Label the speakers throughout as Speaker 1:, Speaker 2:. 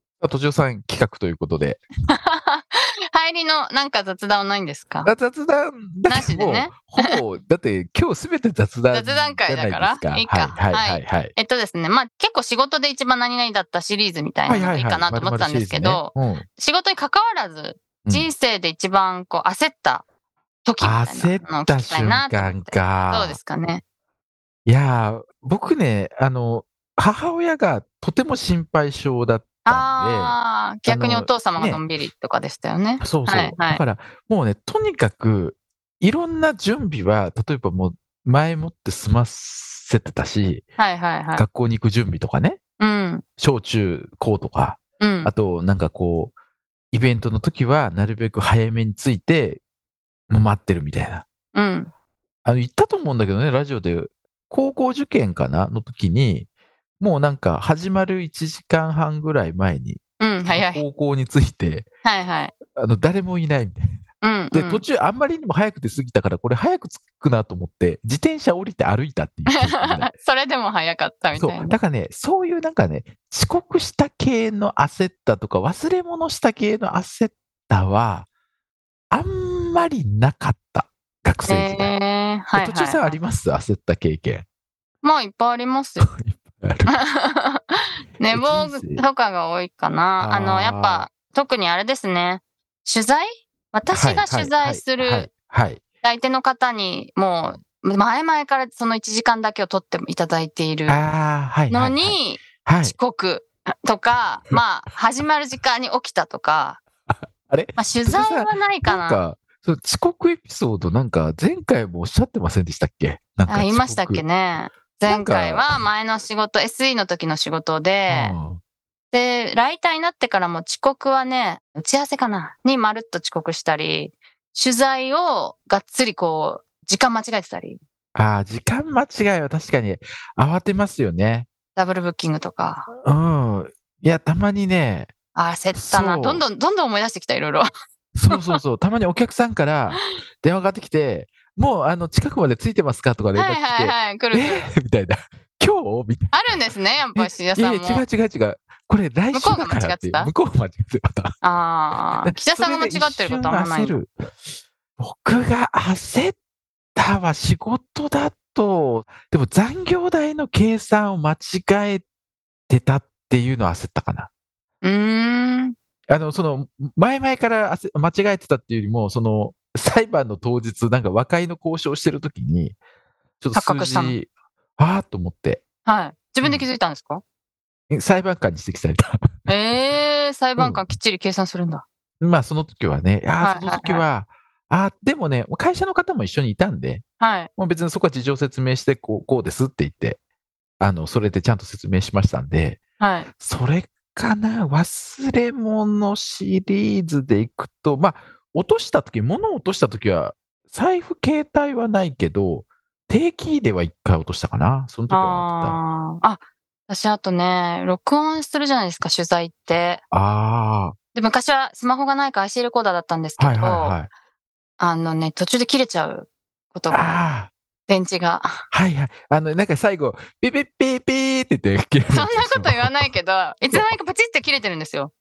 Speaker 1: さあとちおさん企画ということで、
Speaker 2: 入りのなんか雑談はないんですか
Speaker 1: 雑談だ
Speaker 2: なし
Speaker 1: け
Speaker 2: で
Speaker 1: ど、
Speaker 2: ね
Speaker 1: ほぼ、だって今日すべて雑談
Speaker 2: 雑談会だから
Speaker 1: じゃないい
Speaker 2: い
Speaker 1: です
Speaker 2: か
Speaker 1: はいはいはいはい。
Speaker 2: えっとですね、まあ結構仕事で一番何々だったシリーズみたいなのがいいかなと思ってたんですけど、
Speaker 1: 丸々シリーズね
Speaker 2: 仕事に関わらず、
Speaker 1: うん
Speaker 2: 人生で一番こう焦った時みたい
Speaker 1: 焦
Speaker 2: なのを
Speaker 1: っ
Speaker 2: 聞
Speaker 1: た
Speaker 2: きたい
Speaker 1: 瞬
Speaker 2: なと思って
Speaker 1: 間か。
Speaker 2: どうですかね。
Speaker 1: いやー、僕ね、あの、母親がとても心配性だったん
Speaker 2: ああ、逆に
Speaker 1: あ
Speaker 2: お
Speaker 1: の
Speaker 2: 父様が
Speaker 1: ね
Speaker 2: のんびりとかでしたよね。
Speaker 1: で、そうそう。
Speaker 2: はいはい
Speaker 1: だから、もうね、とにかく、いろんな準備は、例えばもう、前もって済ませてたし、
Speaker 2: はいはいはい。
Speaker 1: 学校に行く準備とかね、
Speaker 2: うん。
Speaker 1: 小中高とか、
Speaker 2: うん
Speaker 1: あ。と、なんかこう、イベントの時は、なるべく早めに着いて、もう待ってるみたいな。
Speaker 2: うん。
Speaker 1: あの、言ったと思うんだけどね、ラジオで、高校受験かなの時に、もうなんか、始まる1時間半ぐらい前に、
Speaker 2: うん。早い。
Speaker 1: 高校に着いて、
Speaker 2: はいはい。
Speaker 1: あの、誰もいないみたいな。
Speaker 2: うん。
Speaker 1: で、
Speaker 2: うん。
Speaker 1: 途中、あんまりにも早くて過ぎたから、これ早く着くなと思って、自転車降りて歩いたっていう記憶がない
Speaker 2: それでも早かったみた
Speaker 1: そ。
Speaker 2: いうな。
Speaker 1: だからね、そういうなんかね、遅刻した系の焦ったとか、忘れ物した系の焦ったは、あんまりなかった。学生時代。
Speaker 2: えー、はいはい、
Speaker 1: 途中さんあります焦った経験。
Speaker 2: もういっぱいありま すよ。
Speaker 1: ある
Speaker 2: 寝坊とかが多いかな。
Speaker 1: 人
Speaker 2: あ
Speaker 1: 生
Speaker 2: の、
Speaker 1: あー
Speaker 2: やっぱ、特にあれですね。取材私が取材す
Speaker 1: はいはい
Speaker 2: る
Speaker 1: はいはい。
Speaker 2: 相手の方に、もう、前々からその1時間だけを取っていただいている
Speaker 1: ああ、はい。
Speaker 2: の
Speaker 1: はいはい
Speaker 2: に、
Speaker 1: はい
Speaker 2: 遅。刻とか、 まあ、始まる時間に起きたとか、
Speaker 1: あれ
Speaker 2: まあ、取材はないか
Speaker 1: なん
Speaker 2: な。
Speaker 1: か、その遅刻エピソード、なんか、前回もおっしゃってませんでしたっけなんか
Speaker 2: あ、言いましたっけ
Speaker 1: ね。
Speaker 2: ね。前回は前の仕事、SE の時の仕事で、
Speaker 1: うん
Speaker 2: で、ライターになってからも遅刻はね、打ち合わせかなにまるっと遅刻したり、取材をがっつりこう、時間間違えてたり、
Speaker 1: ああ、時間間違いは確かに慌てますよね。
Speaker 2: ダブルブッキングとか、
Speaker 1: うん。いや、たまにね、
Speaker 2: あー焦ったな。
Speaker 1: そう
Speaker 2: どんどん、どんどん思い出してきた、いろ いろ。
Speaker 1: そうそう そう。たまにお客さんから電話がかかってきて、もうあの近くまでついてますかとか連
Speaker 2: はい
Speaker 1: 絡来
Speaker 2: はい
Speaker 1: て、
Speaker 2: はい、来る来る。
Speaker 1: えー みたいな。今日みたい
Speaker 2: あるんですね、やっぱ、石田さ
Speaker 1: な。
Speaker 2: ん
Speaker 1: い
Speaker 2: も。
Speaker 1: やいや、違う違う違う。これ来週だからっていう。向
Speaker 2: 向
Speaker 1: こう間違ってた。
Speaker 2: ああ、岸田さんが間違ってることはあんまな
Speaker 1: それ
Speaker 2: い
Speaker 1: で一。瞬焦る僕が焦ったは仕事だと、でも残業代の計算を間違えてたっていうのは焦ったかな。
Speaker 2: うーん。
Speaker 1: あの、その、前々から焦間違えてたっていうよりも、その、裁判の当日、なんか和解の交渉してるときに、ちょっと
Speaker 2: 発覚
Speaker 1: 数
Speaker 2: したの
Speaker 1: 字、ああと思って、
Speaker 2: はい。自分で気づいたんですか、
Speaker 1: 裁判官に指摘された。
Speaker 2: ええ裁判官きっちり計算するんだ。
Speaker 1: まあ、その時はね、あ
Speaker 2: はい
Speaker 1: あ、その時は、ああ、でもね、会社の方も一緒にいたんで、
Speaker 2: はい。
Speaker 1: もう別にそこは事情説明して、こう、こうですって言って、あの、それでちゃんと説明しましたんで、
Speaker 2: はい。
Speaker 1: それかな、忘れ物シリーズでいくと、まあ、落としたとき、物を落としたときは、財布、携帯はないけど、定期では一回落としたかな、その時は
Speaker 2: ああ。あ、私あとね、録音するじゃないですか、取材って。
Speaker 1: あった。あ
Speaker 2: で、昔はスマホがないから IC レコーダーだったんですけ
Speaker 1: あ、
Speaker 2: ど、
Speaker 1: はいはいはい。
Speaker 2: あのね、途中で切れちゃうこ とが、
Speaker 1: ああ、
Speaker 2: 電 池が。
Speaker 1: はいはい。あの、なんか最後、ピピッピーピーって言って、
Speaker 2: そんなこと言わ
Speaker 1: い。
Speaker 2: ないけど、いつの間にかパチって切れてるんですよ。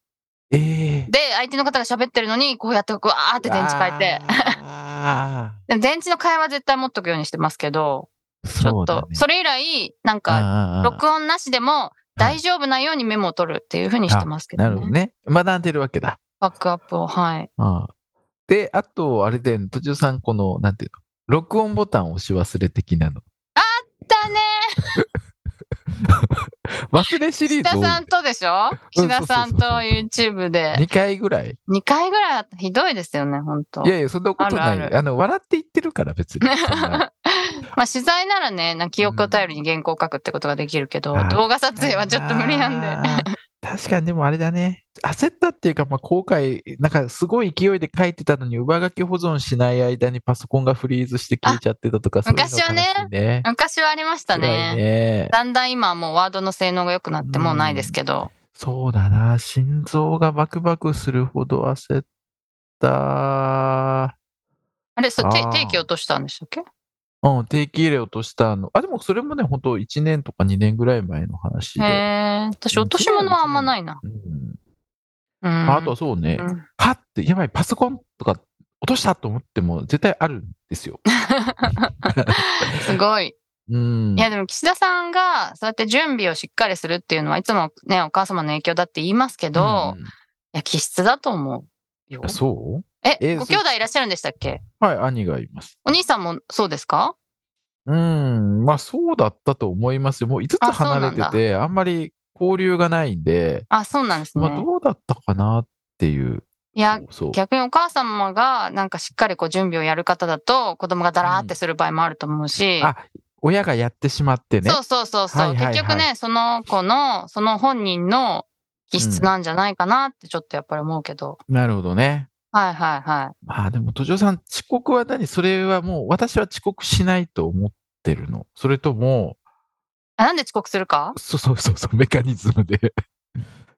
Speaker 1: ええ
Speaker 2: で、相手の方が喋ってるのに、こうやって、わーって電池変えて。
Speaker 1: あ
Speaker 2: でも電池の替えは絶対持っとくようにしてますけど、
Speaker 1: あ、
Speaker 2: ち
Speaker 1: そ
Speaker 2: ょっ
Speaker 1: うだ
Speaker 2: と、
Speaker 1: ね
Speaker 2: それ以来、なん
Speaker 1: あ
Speaker 2: か、
Speaker 1: あああ
Speaker 2: 録音なしでも大丈夫なようにメモを取るっていうふうにしてますけど
Speaker 1: な
Speaker 2: ね。
Speaker 1: るほどね。学んでるわけだ。
Speaker 2: バックアップを、はい。
Speaker 1: うんで、あと、あれで、途中さん、この、なんていうの、録音ボタン押し忘れ的なの。
Speaker 2: だね
Speaker 1: 忘れシリ
Speaker 2: 岸
Speaker 1: ーズ
Speaker 2: 田
Speaker 1: 多
Speaker 2: さ
Speaker 1: い
Speaker 2: んとでしょ
Speaker 1: う
Speaker 2: 岸
Speaker 1: ん
Speaker 2: 田さんと
Speaker 1: そうそうそう
Speaker 2: YouTube で
Speaker 1: 2回ぐらい。
Speaker 2: 2回ぐらいあったひどいですよね、本当
Speaker 1: いやいや、そんなことな
Speaker 2: あ
Speaker 1: い。
Speaker 2: るあ
Speaker 1: あ
Speaker 2: る
Speaker 1: の、笑って言ってるから、 別に。そんな
Speaker 2: まあ取材ならね、なんか記憶を頼りに原稿を書くってことができるけど、
Speaker 1: うん
Speaker 2: 動画撮影はちょっと無理なんで。
Speaker 1: あー確かにでもあれだね。焦ったっていうか、まあ、後悔、なんかすごい勢いで書いてたのに、上書き保存しない間にパソコンがフリーズして消えちゃってたとか、そういうの
Speaker 2: 昔はね
Speaker 1: 悲しいね。
Speaker 2: 昔はありました
Speaker 1: 辛い
Speaker 2: ね。
Speaker 1: ね
Speaker 2: だんだん今はもうワードの性能が良くなってもうないですけど。
Speaker 1: そうだな、心臓がバクバクするほど焦った。
Speaker 2: あれ、そう、て
Speaker 1: あー
Speaker 2: 定期落としたんでしたっけ
Speaker 1: うん、定期入れ落としたの。あ、でもそれもね、本当1年とか2年ぐらい前の話
Speaker 2: へ
Speaker 1: で。
Speaker 2: え。私、落とし物はあんまないな。
Speaker 1: うん、
Speaker 2: うん。
Speaker 1: あとはそうね、
Speaker 2: うん
Speaker 1: はって、やばい、パソコンとか落としたと思っても絶対あるんですよ。
Speaker 2: すごい。
Speaker 1: うん
Speaker 2: い。や、でも岸田さんが、そうやって準備をしっかりするっていうのは、いつもね、お母様の影響だって言いますけど、
Speaker 1: う
Speaker 2: い
Speaker 1: ん
Speaker 2: や、気質だと思うよ
Speaker 1: あ。そ
Speaker 2: え、
Speaker 1: え
Speaker 2: ご
Speaker 1: そ
Speaker 2: 兄弟いらっしゃるんでしたっけ
Speaker 1: うはい、兄がいます。
Speaker 2: お兄さんもそうですか
Speaker 1: うん、まあそうだったと思いますよ。もう5つ
Speaker 2: あそうな
Speaker 1: 離
Speaker 2: ん
Speaker 1: れ
Speaker 2: だ
Speaker 1: てて、あんまり交流がないんで、
Speaker 2: あ、そうなんですね。
Speaker 1: まあどうだったかなっていう。
Speaker 2: いや、
Speaker 1: そう
Speaker 2: 逆にお母様がなんかしっかりこう準備をやる方だと子供がダラーってする場合もあると思うし、
Speaker 1: あ親がやってしまってね。
Speaker 2: そうそうそうそう、
Speaker 1: はいはいはい
Speaker 2: 結局ねその子のその本人の気質なんじゃないかなってちょっとやっぱり思うけど、
Speaker 1: なるほどね。
Speaker 2: はいはいはい
Speaker 1: まあでも、途上さん、遅刻は何それはもう、私は遅刻しないと思ってるの。それとも、
Speaker 2: あなんで遅刻するか
Speaker 1: そう そうそうそう、メカニズムで。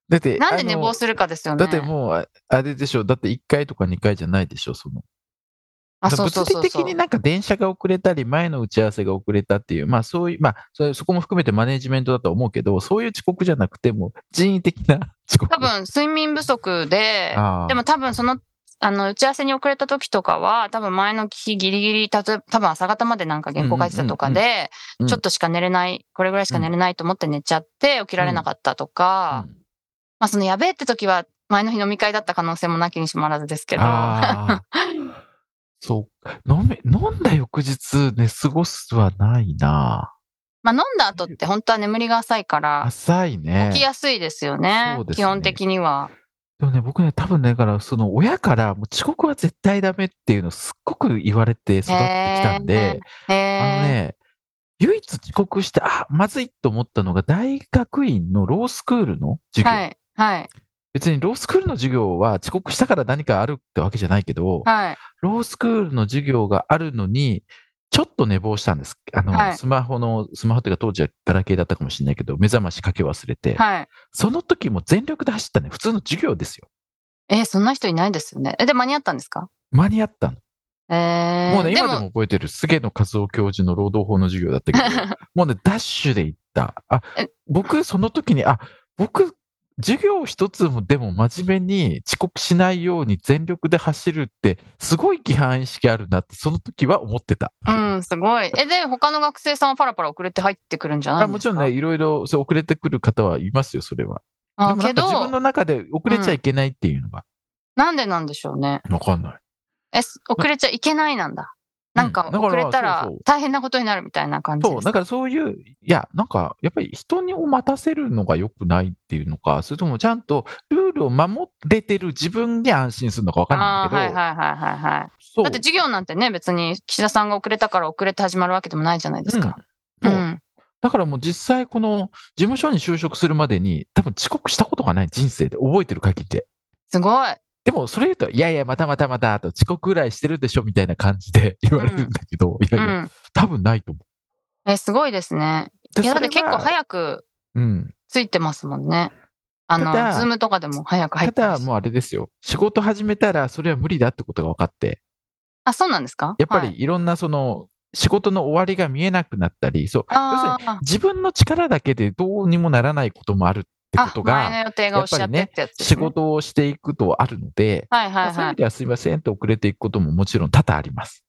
Speaker 1: だって、
Speaker 2: なんで
Speaker 1: あの
Speaker 2: 寝坊するかですよね
Speaker 1: だってもう、ああれでしょ、だって1回とか2回じゃないでしょ、その。
Speaker 2: あ
Speaker 1: だか
Speaker 2: そ
Speaker 1: ら
Speaker 2: うそうそう
Speaker 1: 物理的
Speaker 2: そう
Speaker 1: になんか電車が遅れたり、前の打ち合わせが遅れたっていう、まあそういう、まあそれそこも含めてマネジメントだとは思うけど、そういう遅刻じゃなくて、もう人為的な遅刻。
Speaker 2: 多分睡眠不足で
Speaker 1: あー
Speaker 2: でも多分そのあの打ち合わせに遅れた時とかは多分前の日ギリギリたと多分朝方までなんか原稿書いてたとかで、
Speaker 1: うんううん
Speaker 2: ちょっとしか寝れないこれぐらいしか寝れないと思って寝ちゃって起きられなかったとか、
Speaker 1: うん
Speaker 2: まあそのやべえって時は前の日飲み会だった可能性もなきにしもあらずですけど、
Speaker 1: ああ。 そうか。飲め、飲んだ翌日寝過ごすはないな。
Speaker 2: まあ飲んだ後って本当は眠りが浅いから
Speaker 1: 浅いね。
Speaker 2: 起きやすいですよね
Speaker 1: そうです
Speaker 2: 基
Speaker 1: ね
Speaker 2: 本的には。
Speaker 1: でもね、僕ね、多分ねだから、その親から、もう遅刻は絶対ダメっていうのをすっごく言われて育ってきたんで、
Speaker 2: へ
Speaker 1: あの
Speaker 2: え、
Speaker 1: ね、唯一遅刻して、あ、まずいと思ったのが、大学院のロースクールの授業。
Speaker 2: はいはい
Speaker 1: 別にロースクールの授業は遅刻したから何かあるってわけじゃないけど、
Speaker 2: はい
Speaker 1: ロースクールの授業があるのに、ちょっと寝坊したんです。あの、
Speaker 2: はい
Speaker 1: スマホの、スマホというか当時はガラケーだったかもしれないけど、目覚ましかけ忘れて、
Speaker 2: はい。
Speaker 1: その時も全力で走ったね。普通の授業ですよ。
Speaker 2: えそんな人いないですよね。えで間に合ったんですか
Speaker 1: 間に合ったの。
Speaker 2: えー、
Speaker 1: もうね、
Speaker 2: で
Speaker 1: 今で
Speaker 2: も
Speaker 1: も覚えてる、菅野和夫教授の労働法の授業だったけ ど、もうね、ダッシュで行った。あ
Speaker 2: え、
Speaker 1: 僕、その時に、あ、僕、授業一つもでも真面目に遅刻しないように全力で走るって、すごい規範意識あるなって、その時は思ってた。
Speaker 2: うん、すごい。え、で、他の学生さんはパラパラ遅れて入ってくるんじゃない
Speaker 1: あもちろんね、
Speaker 2: ね。
Speaker 1: いろいろそう遅れてくる方はいますよ、それは。で
Speaker 2: あ
Speaker 1: もな
Speaker 2: け
Speaker 1: んか自分
Speaker 2: ど、
Speaker 1: の中で遅れちゃいけないっていうのが。
Speaker 2: なんでなんでしょうね。
Speaker 1: わかんない。
Speaker 2: え、す遅れちゃいけないなんだ。なんか
Speaker 1: うんだから
Speaker 2: 遅れたら
Speaker 1: そうそう
Speaker 2: 大変なことになるみたいな感じ
Speaker 1: そ
Speaker 2: で
Speaker 1: う、
Speaker 2: す
Speaker 1: だからそういう、いや、なんか、やっぱり人にを待たせるのが良くないっていうのか、それともちゃんとルールを守れてる自分に安心するのかわかんない
Speaker 2: あ
Speaker 1: んだ
Speaker 2: あー、
Speaker 1: け
Speaker 2: はい
Speaker 1: ど、
Speaker 2: はいはいはいはい。
Speaker 1: そう。
Speaker 2: だって授業なんてね、別に岸田さんが遅れたから遅れて始まるわけでもないじゃないですか。
Speaker 1: う
Speaker 2: うんん。
Speaker 1: そうだからもう実際この事務所に就職するまでに多分遅刻したことがない人生で覚えてる限りで。
Speaker 2: すごい。
Speaker 1: でもそれ言うと、いやいや、またまたまた、と遅刻ぐらいしてるでしょみたいな感じで言われるんだけど、いうやいや、
Speaker 2: ん。
Speaker 1: 多分ないと思
Speaker 2: え、すごいですね。
Speaker 1: う。
Speaker 2: いや、だって
Speaker 1: そ
Speaker 2: 結
Speaker 1: れは
Speaker 2: 構早く
Speaker 1: うん。
Speaker 2: ついてますもんね。あの、
Speaker 1: ただ
Speaker 2: ズームとかでも早く
Speaker 1: た
Speaker 2: 入ってま
Speaker 1: だ、
Speaker 2: す
Speaker 1: もうあれですよ。仕事始めたら、それは無理だってことが分かって、
Speaker 2: あ、そうなんですか
Speaker 1: やっぱ
Speaker 2: はい
Speaker 1: りいろんなその、仕事の終わりが見えなくなったり、そう、要する
Speaker 2: あ
Speaker 1: に
Speaker 2: あ。
Speaker 1: 自分の力だけでどうにもならないこともあるってこと
Speaker 2: あ前
Speaker 1: が、
Speaker 2: の予定がおっしゃってってやつです、
Speaker 1: 仕。事をしていくとあるので、
Speaker 2: はいはい
Speaker 1: そういう意
Speaker 2: は
Speaker 1: 味
Speaker 2: い。
Speaker 1: ではすいませんって遅れていくことももちろん多々あります。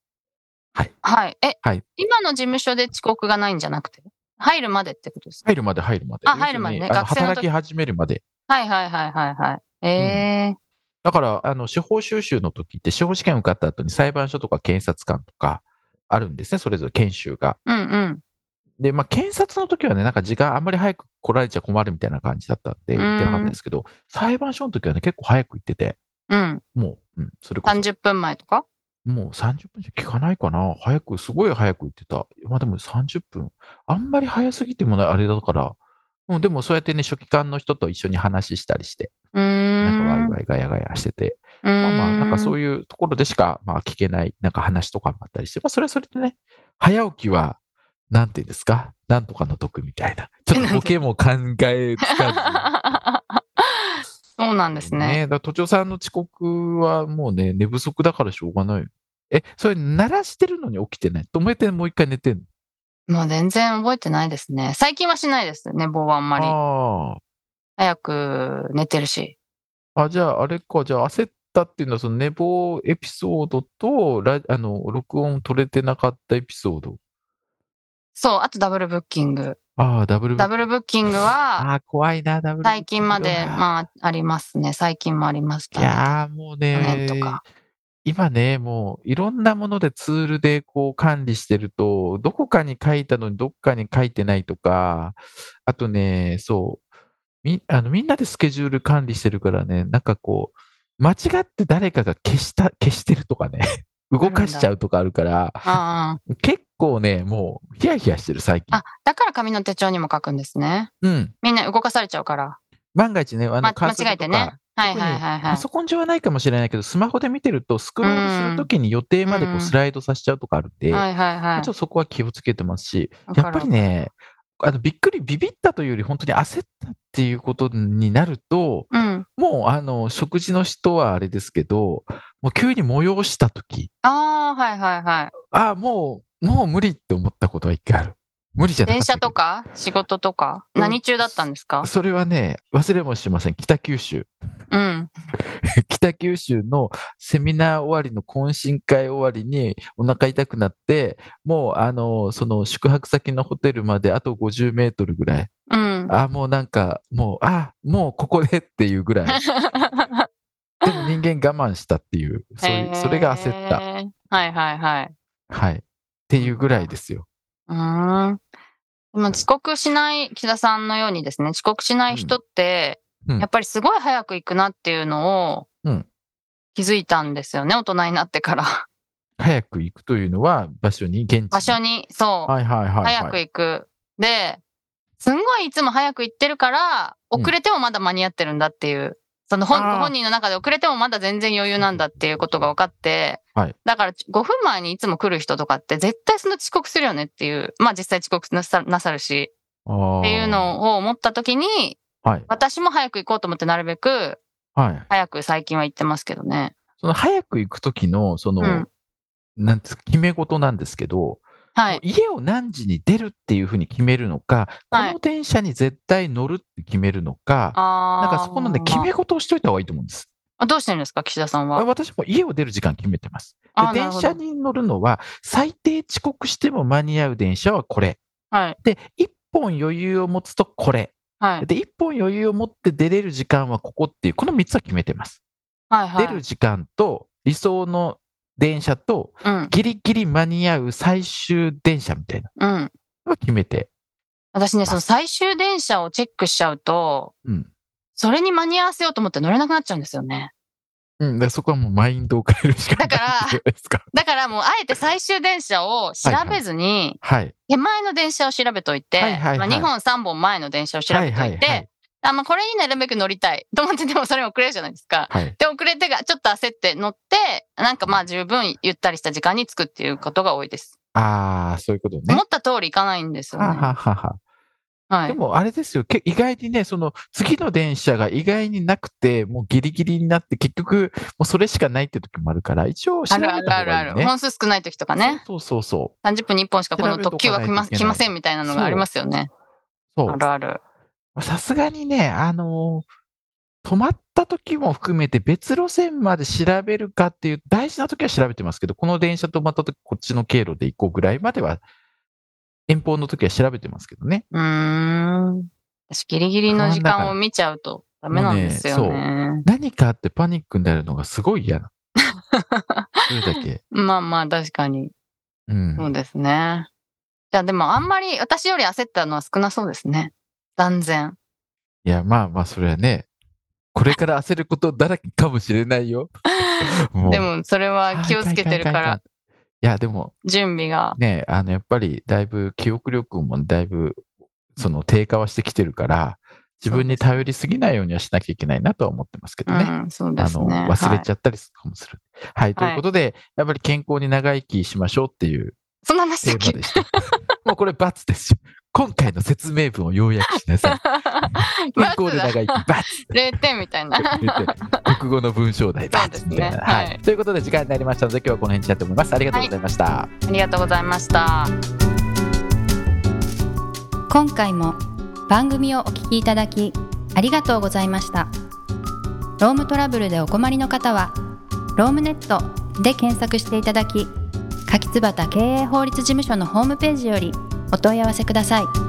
Speaker 2: はい。え、
Speaker 1: はい
Speaker 2: 今の事務所で遅刻がないんじゃなくて入るまでってことですか
Speaker 1: 入るまで入るまで。
Speaker 2: あ入るまでね
Speaker 1: 要するにあの
Speaker 2: 学生の時
Speaker 1: 働き始めるまで。
Speaker 2: はいはいはいはいはい。ええ
Speaker 1: だから、あの、司法修習の時って、司法試験受かった後に裁判所とか検察官とかあるんですね、それぞれ研修が。
Speaker 2: うんうん。
Speaker 1: で、まあ、検察の時はね、なんか時間あんまり早く来られちゃ困るみたいな感じだったんで、
Speaker 2: うん
Speaker 1: 行ってなかったんですけど、裁判所の時はね、結構早く行ってて、
Speaker 2: うん。
Speaker 1: もう、うん、それこ
Speaker 2: 30分前とか
Speaker 1: そ、もう30分じゃ聞かないかな。早く、すごい早く行ってた。まあでも30分、あんまり早すぎてもない、あれだから、うん、でもそうやってね、書記官の人と一緒に話したりして、
Speaker 2: うー
Speaker 1: なん
Speaker 2: ん。
Speaker 1: かワイワイガヤガヤしてて、
Speaker 2: うー
Speaker 1: まあまあ、なんかそ
Speaker 2: いう
Speaker 1: いうところでしか、まあ、聞けない、なんか話とかもあったりして、まあ、それはそれでね、早起きは、なんていうんですか、なんとかの得みたいな、ちょっとボケも考えつ か
Speaker 2: そうなんで
Speaker 1: ず
Speaker 2: す
Speaker 1: だ
Speaker 2: ね。
Speaker 1: から都庁さんの遅刻はもうね、寝不足だからしょうがないよ。え、それ鳴らしてるのに起きてない。止めてもう一回寝てんの
Speaker 2: もう全然覚えてないですね。最近はしないです。寝坊はあんまり。
Speaker 1: ああ。
Speaker 2: 早く寝てるし。
Speaker 1: あ、じゃあ、あれか、じゃあ、焦ったっていうのは、その寝坊エピソードと、ラあの、録音取れてなかったエピソード。
Speaker 2: そう、あとダブルブッキング。
Speaker 1: ああ、ダブルブ
Speaker 2: ダブルブッキングは、
Speaker 1: ああ、怖いな、ダブルブッキング
Speaker 2: 最近まで、
Speaker 1: は
Speaker 2: まあ、ありますね。最近もありました
Speaker 1: い
Speaker 2: ね、
Speaker 1: やー、もう
Speaker 2: 去
Speaker 1: ね
Speaker 2: 年とか、
Speaker 1: 今ね、もう、いろんなものでツールでこう管理してると、どこかに書いたのにどっかに書いてないとか、あとね、そう、みあのみんなでスケジュール管理してるからね、なんかこう、間違って誰かが消した、消してるとか ね、動かしちゃうとかあるから、
Speaker 2: ああ
Speaker 1: 結構ね、もう、ヒヤヒヤしてる、最近
Speaker 2: あ。だから紙の手帳にも書くんですね。
Speaker 1: うん。
Speaker 2: みんな動かされちゃうから。
Speaker 1: 万が一ね、あの、
Speaker 2: ま、
Speaker 1: カ
Speaker 2: 間
Speaker 1: ーソル
Speaker 2: 違えて
Speaker 1: と
Speaker 2: ね
Speaker 1: か。
Speaker 2: はい
Speaker 1: 特に
Speaker 2: はいはいは
Speaker 1: パ
Speaker 2: い。
Speaker 1: ソコン上はないかもしれないけど、スマホで見てると、スクロールするときに予定までこ
Speaker 2: うん
Speaker 1: うスライドさせちゃうとかあるんで、
Speaker 2: はいはいは
Speaker 1: ちょっ。と
Speaker 2: い
Speaker 1: そこは気をつけてますし、
Speaker 2: わか
Speaker 1: や
Speaker 2: る
Speaker 1: っぱりね、あのびっくり、ビビったというより、本当に焦ったっていうことになると、
Speaker 2: うん。
Speaker 1: もう、あの、食事の人はあれですけど、もう急に催したとき、
Speaker 2: ああ、はいはいはい。
Speaker 1: ああ、もう、もう無理って思ったことは一回ある。無理じゃなかった
Speaker 2: 電
Speaker 1: け
Speaker 2: 車
Speaker 1: ど
Speaker 2: とか仕事とか
Speaker 1: うん
Speaker 2: 何中だったんですか
Speaker 1: それはね、忘れもしません。北九州。
Speaker 2: うん。
Speaker 1: 北九州のセミナー終わりの懇親会終わりにお腹痛くなって、もう、あの、その宿泊先のホテルまであと50メートルぐらい。
Speaker 2: うん。
Speaker 1: あ、もうなんか、もう、あ、もうここでっていうぐら い。でも人間我慢したっていう、そういうそれが焦った。
Speaker 2: へー。はいはいはい。
Speaker 1: はい。っていうぐらいですよ。
Speaker 2: うーん。でも遅刻しない、木田さんのようにですね、遅刻しない人っ
Speaker 1: うん
Speaker 2: て、
Speaker 1: うん
Speaker 2: やっぱりすごい早く行くなっていうのを、
Speaker 1: うん
Speaker 2: 気づいたんですよね、大人になって から。
Speaker 1: 早く行くというのは場所に、現地に。
Speaker 2: 場所に、そう、
Speaker 1: はいはいはい、はい。
Speaker 2: 早く行く。で、すんごいいつも早く行ってるから、
Speaker 1: うん
Speaker 2: 遅れてもまだ間に合ってるんだっていう、その本
Speaker 1: あー
Speaker 2: 本人の中で遅れてもまだ全然余裕なんだっていうことが分かって、
Speaker 1: はい
Speaker 2: だから5分前にいつも来る人とかって絶対その遅刻するよねっていう、まあ実際遅刻なさなさる
Speaker 1: っ
Speaker 2: し、っていうのを思った時に、
Speaker 1: はい。
Speaker 2: 私も早く行こうと思ってなるべく、
Speaker 1: はい。
Speaker 2: 早く最近は行ってますけどね。
Speaker 1: その早く行くときの、その、
Speaker 2: うん
Speaker 1: なんですか、決め事なんですけど、
Speaker 2: はい。
Speaker 1: 家を何時に出るっていうふうに決めるのか、
Speaker 2: はい
Speaker 1: この電車に絶対乗るって決めるのか、
Speaker 2: あ
Speaker 1: な
Speaker 2: ー
Speaker 1: んかそこのね、決め事をしといた方がいいと思うんです。
Speaker 2: あどうしてるんですか、岸田さんは。
Speaker 1: 私も家を出る時間決めてます。
Speaker 2: あー
Speaker 1: で
Speaker 2: なる
Speaker 1: 電
Speaker 2: ほ
Speaker 1: 車
Speaker 2: ど。
Speaker 1: に乗るのは、最低遅刻しても間に合う電車はこれ。
Speaker 2: はい。
Speaker 1: で、1本余裕を持つとこれ。
Speaker 2: はい。
Speaker 1: で、1本余裕を持って出れる時間はここっていう、この3つは決めてます。
Speaker 2: はい。はい
Speaker 1: 出る時間と、理想の電車と、
Speaker 2: うん。
Speaker 1: ギリギリ間に合う最終電車みたいな
Speaker 2: うん。
Speaker 1: のを決めて、
Speaker 2: 私ね、その最終電車をチェックしちゃうと、
Speaker 1: うん。
Speaker 2: それに間に合わせようと思って乗れなくなっちゃうんですよね。
Speaker 1: うん、だからそこはもうマインドを変えるしかない
Speaker 2: だから
Speaker 1: じゃないですか。
Speaker 2: だからもう、あえて最終電車を調べずに、
Speaker 1: はい。
Speaker 2: 手前の電車を調べといて、
Speaker 1: はいはいはい
Speaker 2: まあ、2本3本前の電車を調べと
Speaker 1: はいいはいは
Speaker 2: て
Speaker 1: い、
Speaker 2: あまあ、これになるべく乗りたいと思って、でもそれも遅れるじゃないですか。
Speaker 1: はい。
Speaker 2: で、遅れてが、ちょっと焦って乗って、なんかまあ十分ゆったりした時間に着くっていうことが多いです。
Speaker 1: ああ、そういうことね
Speaker 2: 思。った通りいかないんですよ
Speaker 1: はあ
Speaker 2: ね。
Speaker 1: はあはあはあ
Speaker 2: は
Speaker 1: で
Speaker 2: い。
Speaker 1: もあれですよ、け意外にね、その次の電車が意外になくて、もうギリギリになって、結局、もうそれしかないって時もあるから、一応調
Speaker 2: あ
Speaker 1: べ
Speaker 2: る
Speaker 1: た方
Speaker 2: あるあ
Speaker 1: が
Speaker 2: るあ
Speaker 1: いい
Speaker 2: る。
Speaker 1: ね。
Speaker 2: 本数少ない時とかね。
Speaker 1: そうそうそう。
Speaker 2: 30分に1本しかこの特急は来
Speaker 1: 調べとか
Speaker 2: ま来ま
Speaker 1: ないといけない
Speaker 2: せんみたいなのがありますよね。
Speaker 1: そ
Speaker 2: あ
Speaker 1: う
Speaker 2: るある。
Speaker 1: さすがにね、あのー止まった時も含めて別路線まで調べるかっていう、大事な時は調べてますけど、この電車止まった時、こっちの経路で行こうぐらいまでは、遠方の時は調べてますけどね。
Speaker 2: うーん。私ギリギリの時間を見ちゃうとダメなんですよ
Speaker 1: もう
Speaker 2: ね。
Speaker 1: 何かあってパニックになるのがすごい嫌な。それだけ。
Speaker 2: まあまあ確かに。
Speaker 1: うん。
Speaker 2: そうですね。じゃあでもあんまり私より焦ったのは少なそうですね。断然。
Speaker 1: いや、まあまあ、それはね、これから焦ることだらけかもしれない よ。もう
Speaker 2: で、もそれは気をつけてるか
Speaker 1: あいんいんいんいん
Speaker 2: ら
Speaker 1: いや、でも、
Speaker 2: 準備が
Speaker 1: ね、あの、やっぱりだいぶ記憶力もだいぶその低下はしてきてるから、自分に頼りすぎないようにはしなきゃいけないなとは思ってますけどね。
Speaker 2: うん、そうで
Speaker 1: あ
Speaker 2: す
Speaker 1: の、
Speaker 2: ね。
Speaker 1: 忘れ
Speaker 2: はい
Speaker 1: ちゃったりするかもする。はい、ということで、やっぱり健康に長生きしましょうっていう
Speaker 2: そんな話
Speaker 1: テ
Speaker 2: だっ
Speaker 1: ーマ
Speaker 2: け
Speaker 1: でした。 もうこれ×ですよ。今回の説明文を要約し なさい。健康で長生き、バツ
Speaker 2: 0点みたいな。
Speaker 1: って言って、国語の文章題、バツみたいな、
Speaker 2: そうですね
Speaker 1: は。
Speaker 2: はいい
Speaker 1: ということで、時間になりましたので、今日はこの辺にしたいと思います。ありがとうございました。
Speaker 2: ありがとうございました。
Speaker 3: 今回も番組をお聞きいただきありがとうございましたロームトラブルでお困りの方は「ロームネット」で検索していただき柿椿経営法律事務所のホームページよりお問い合わせください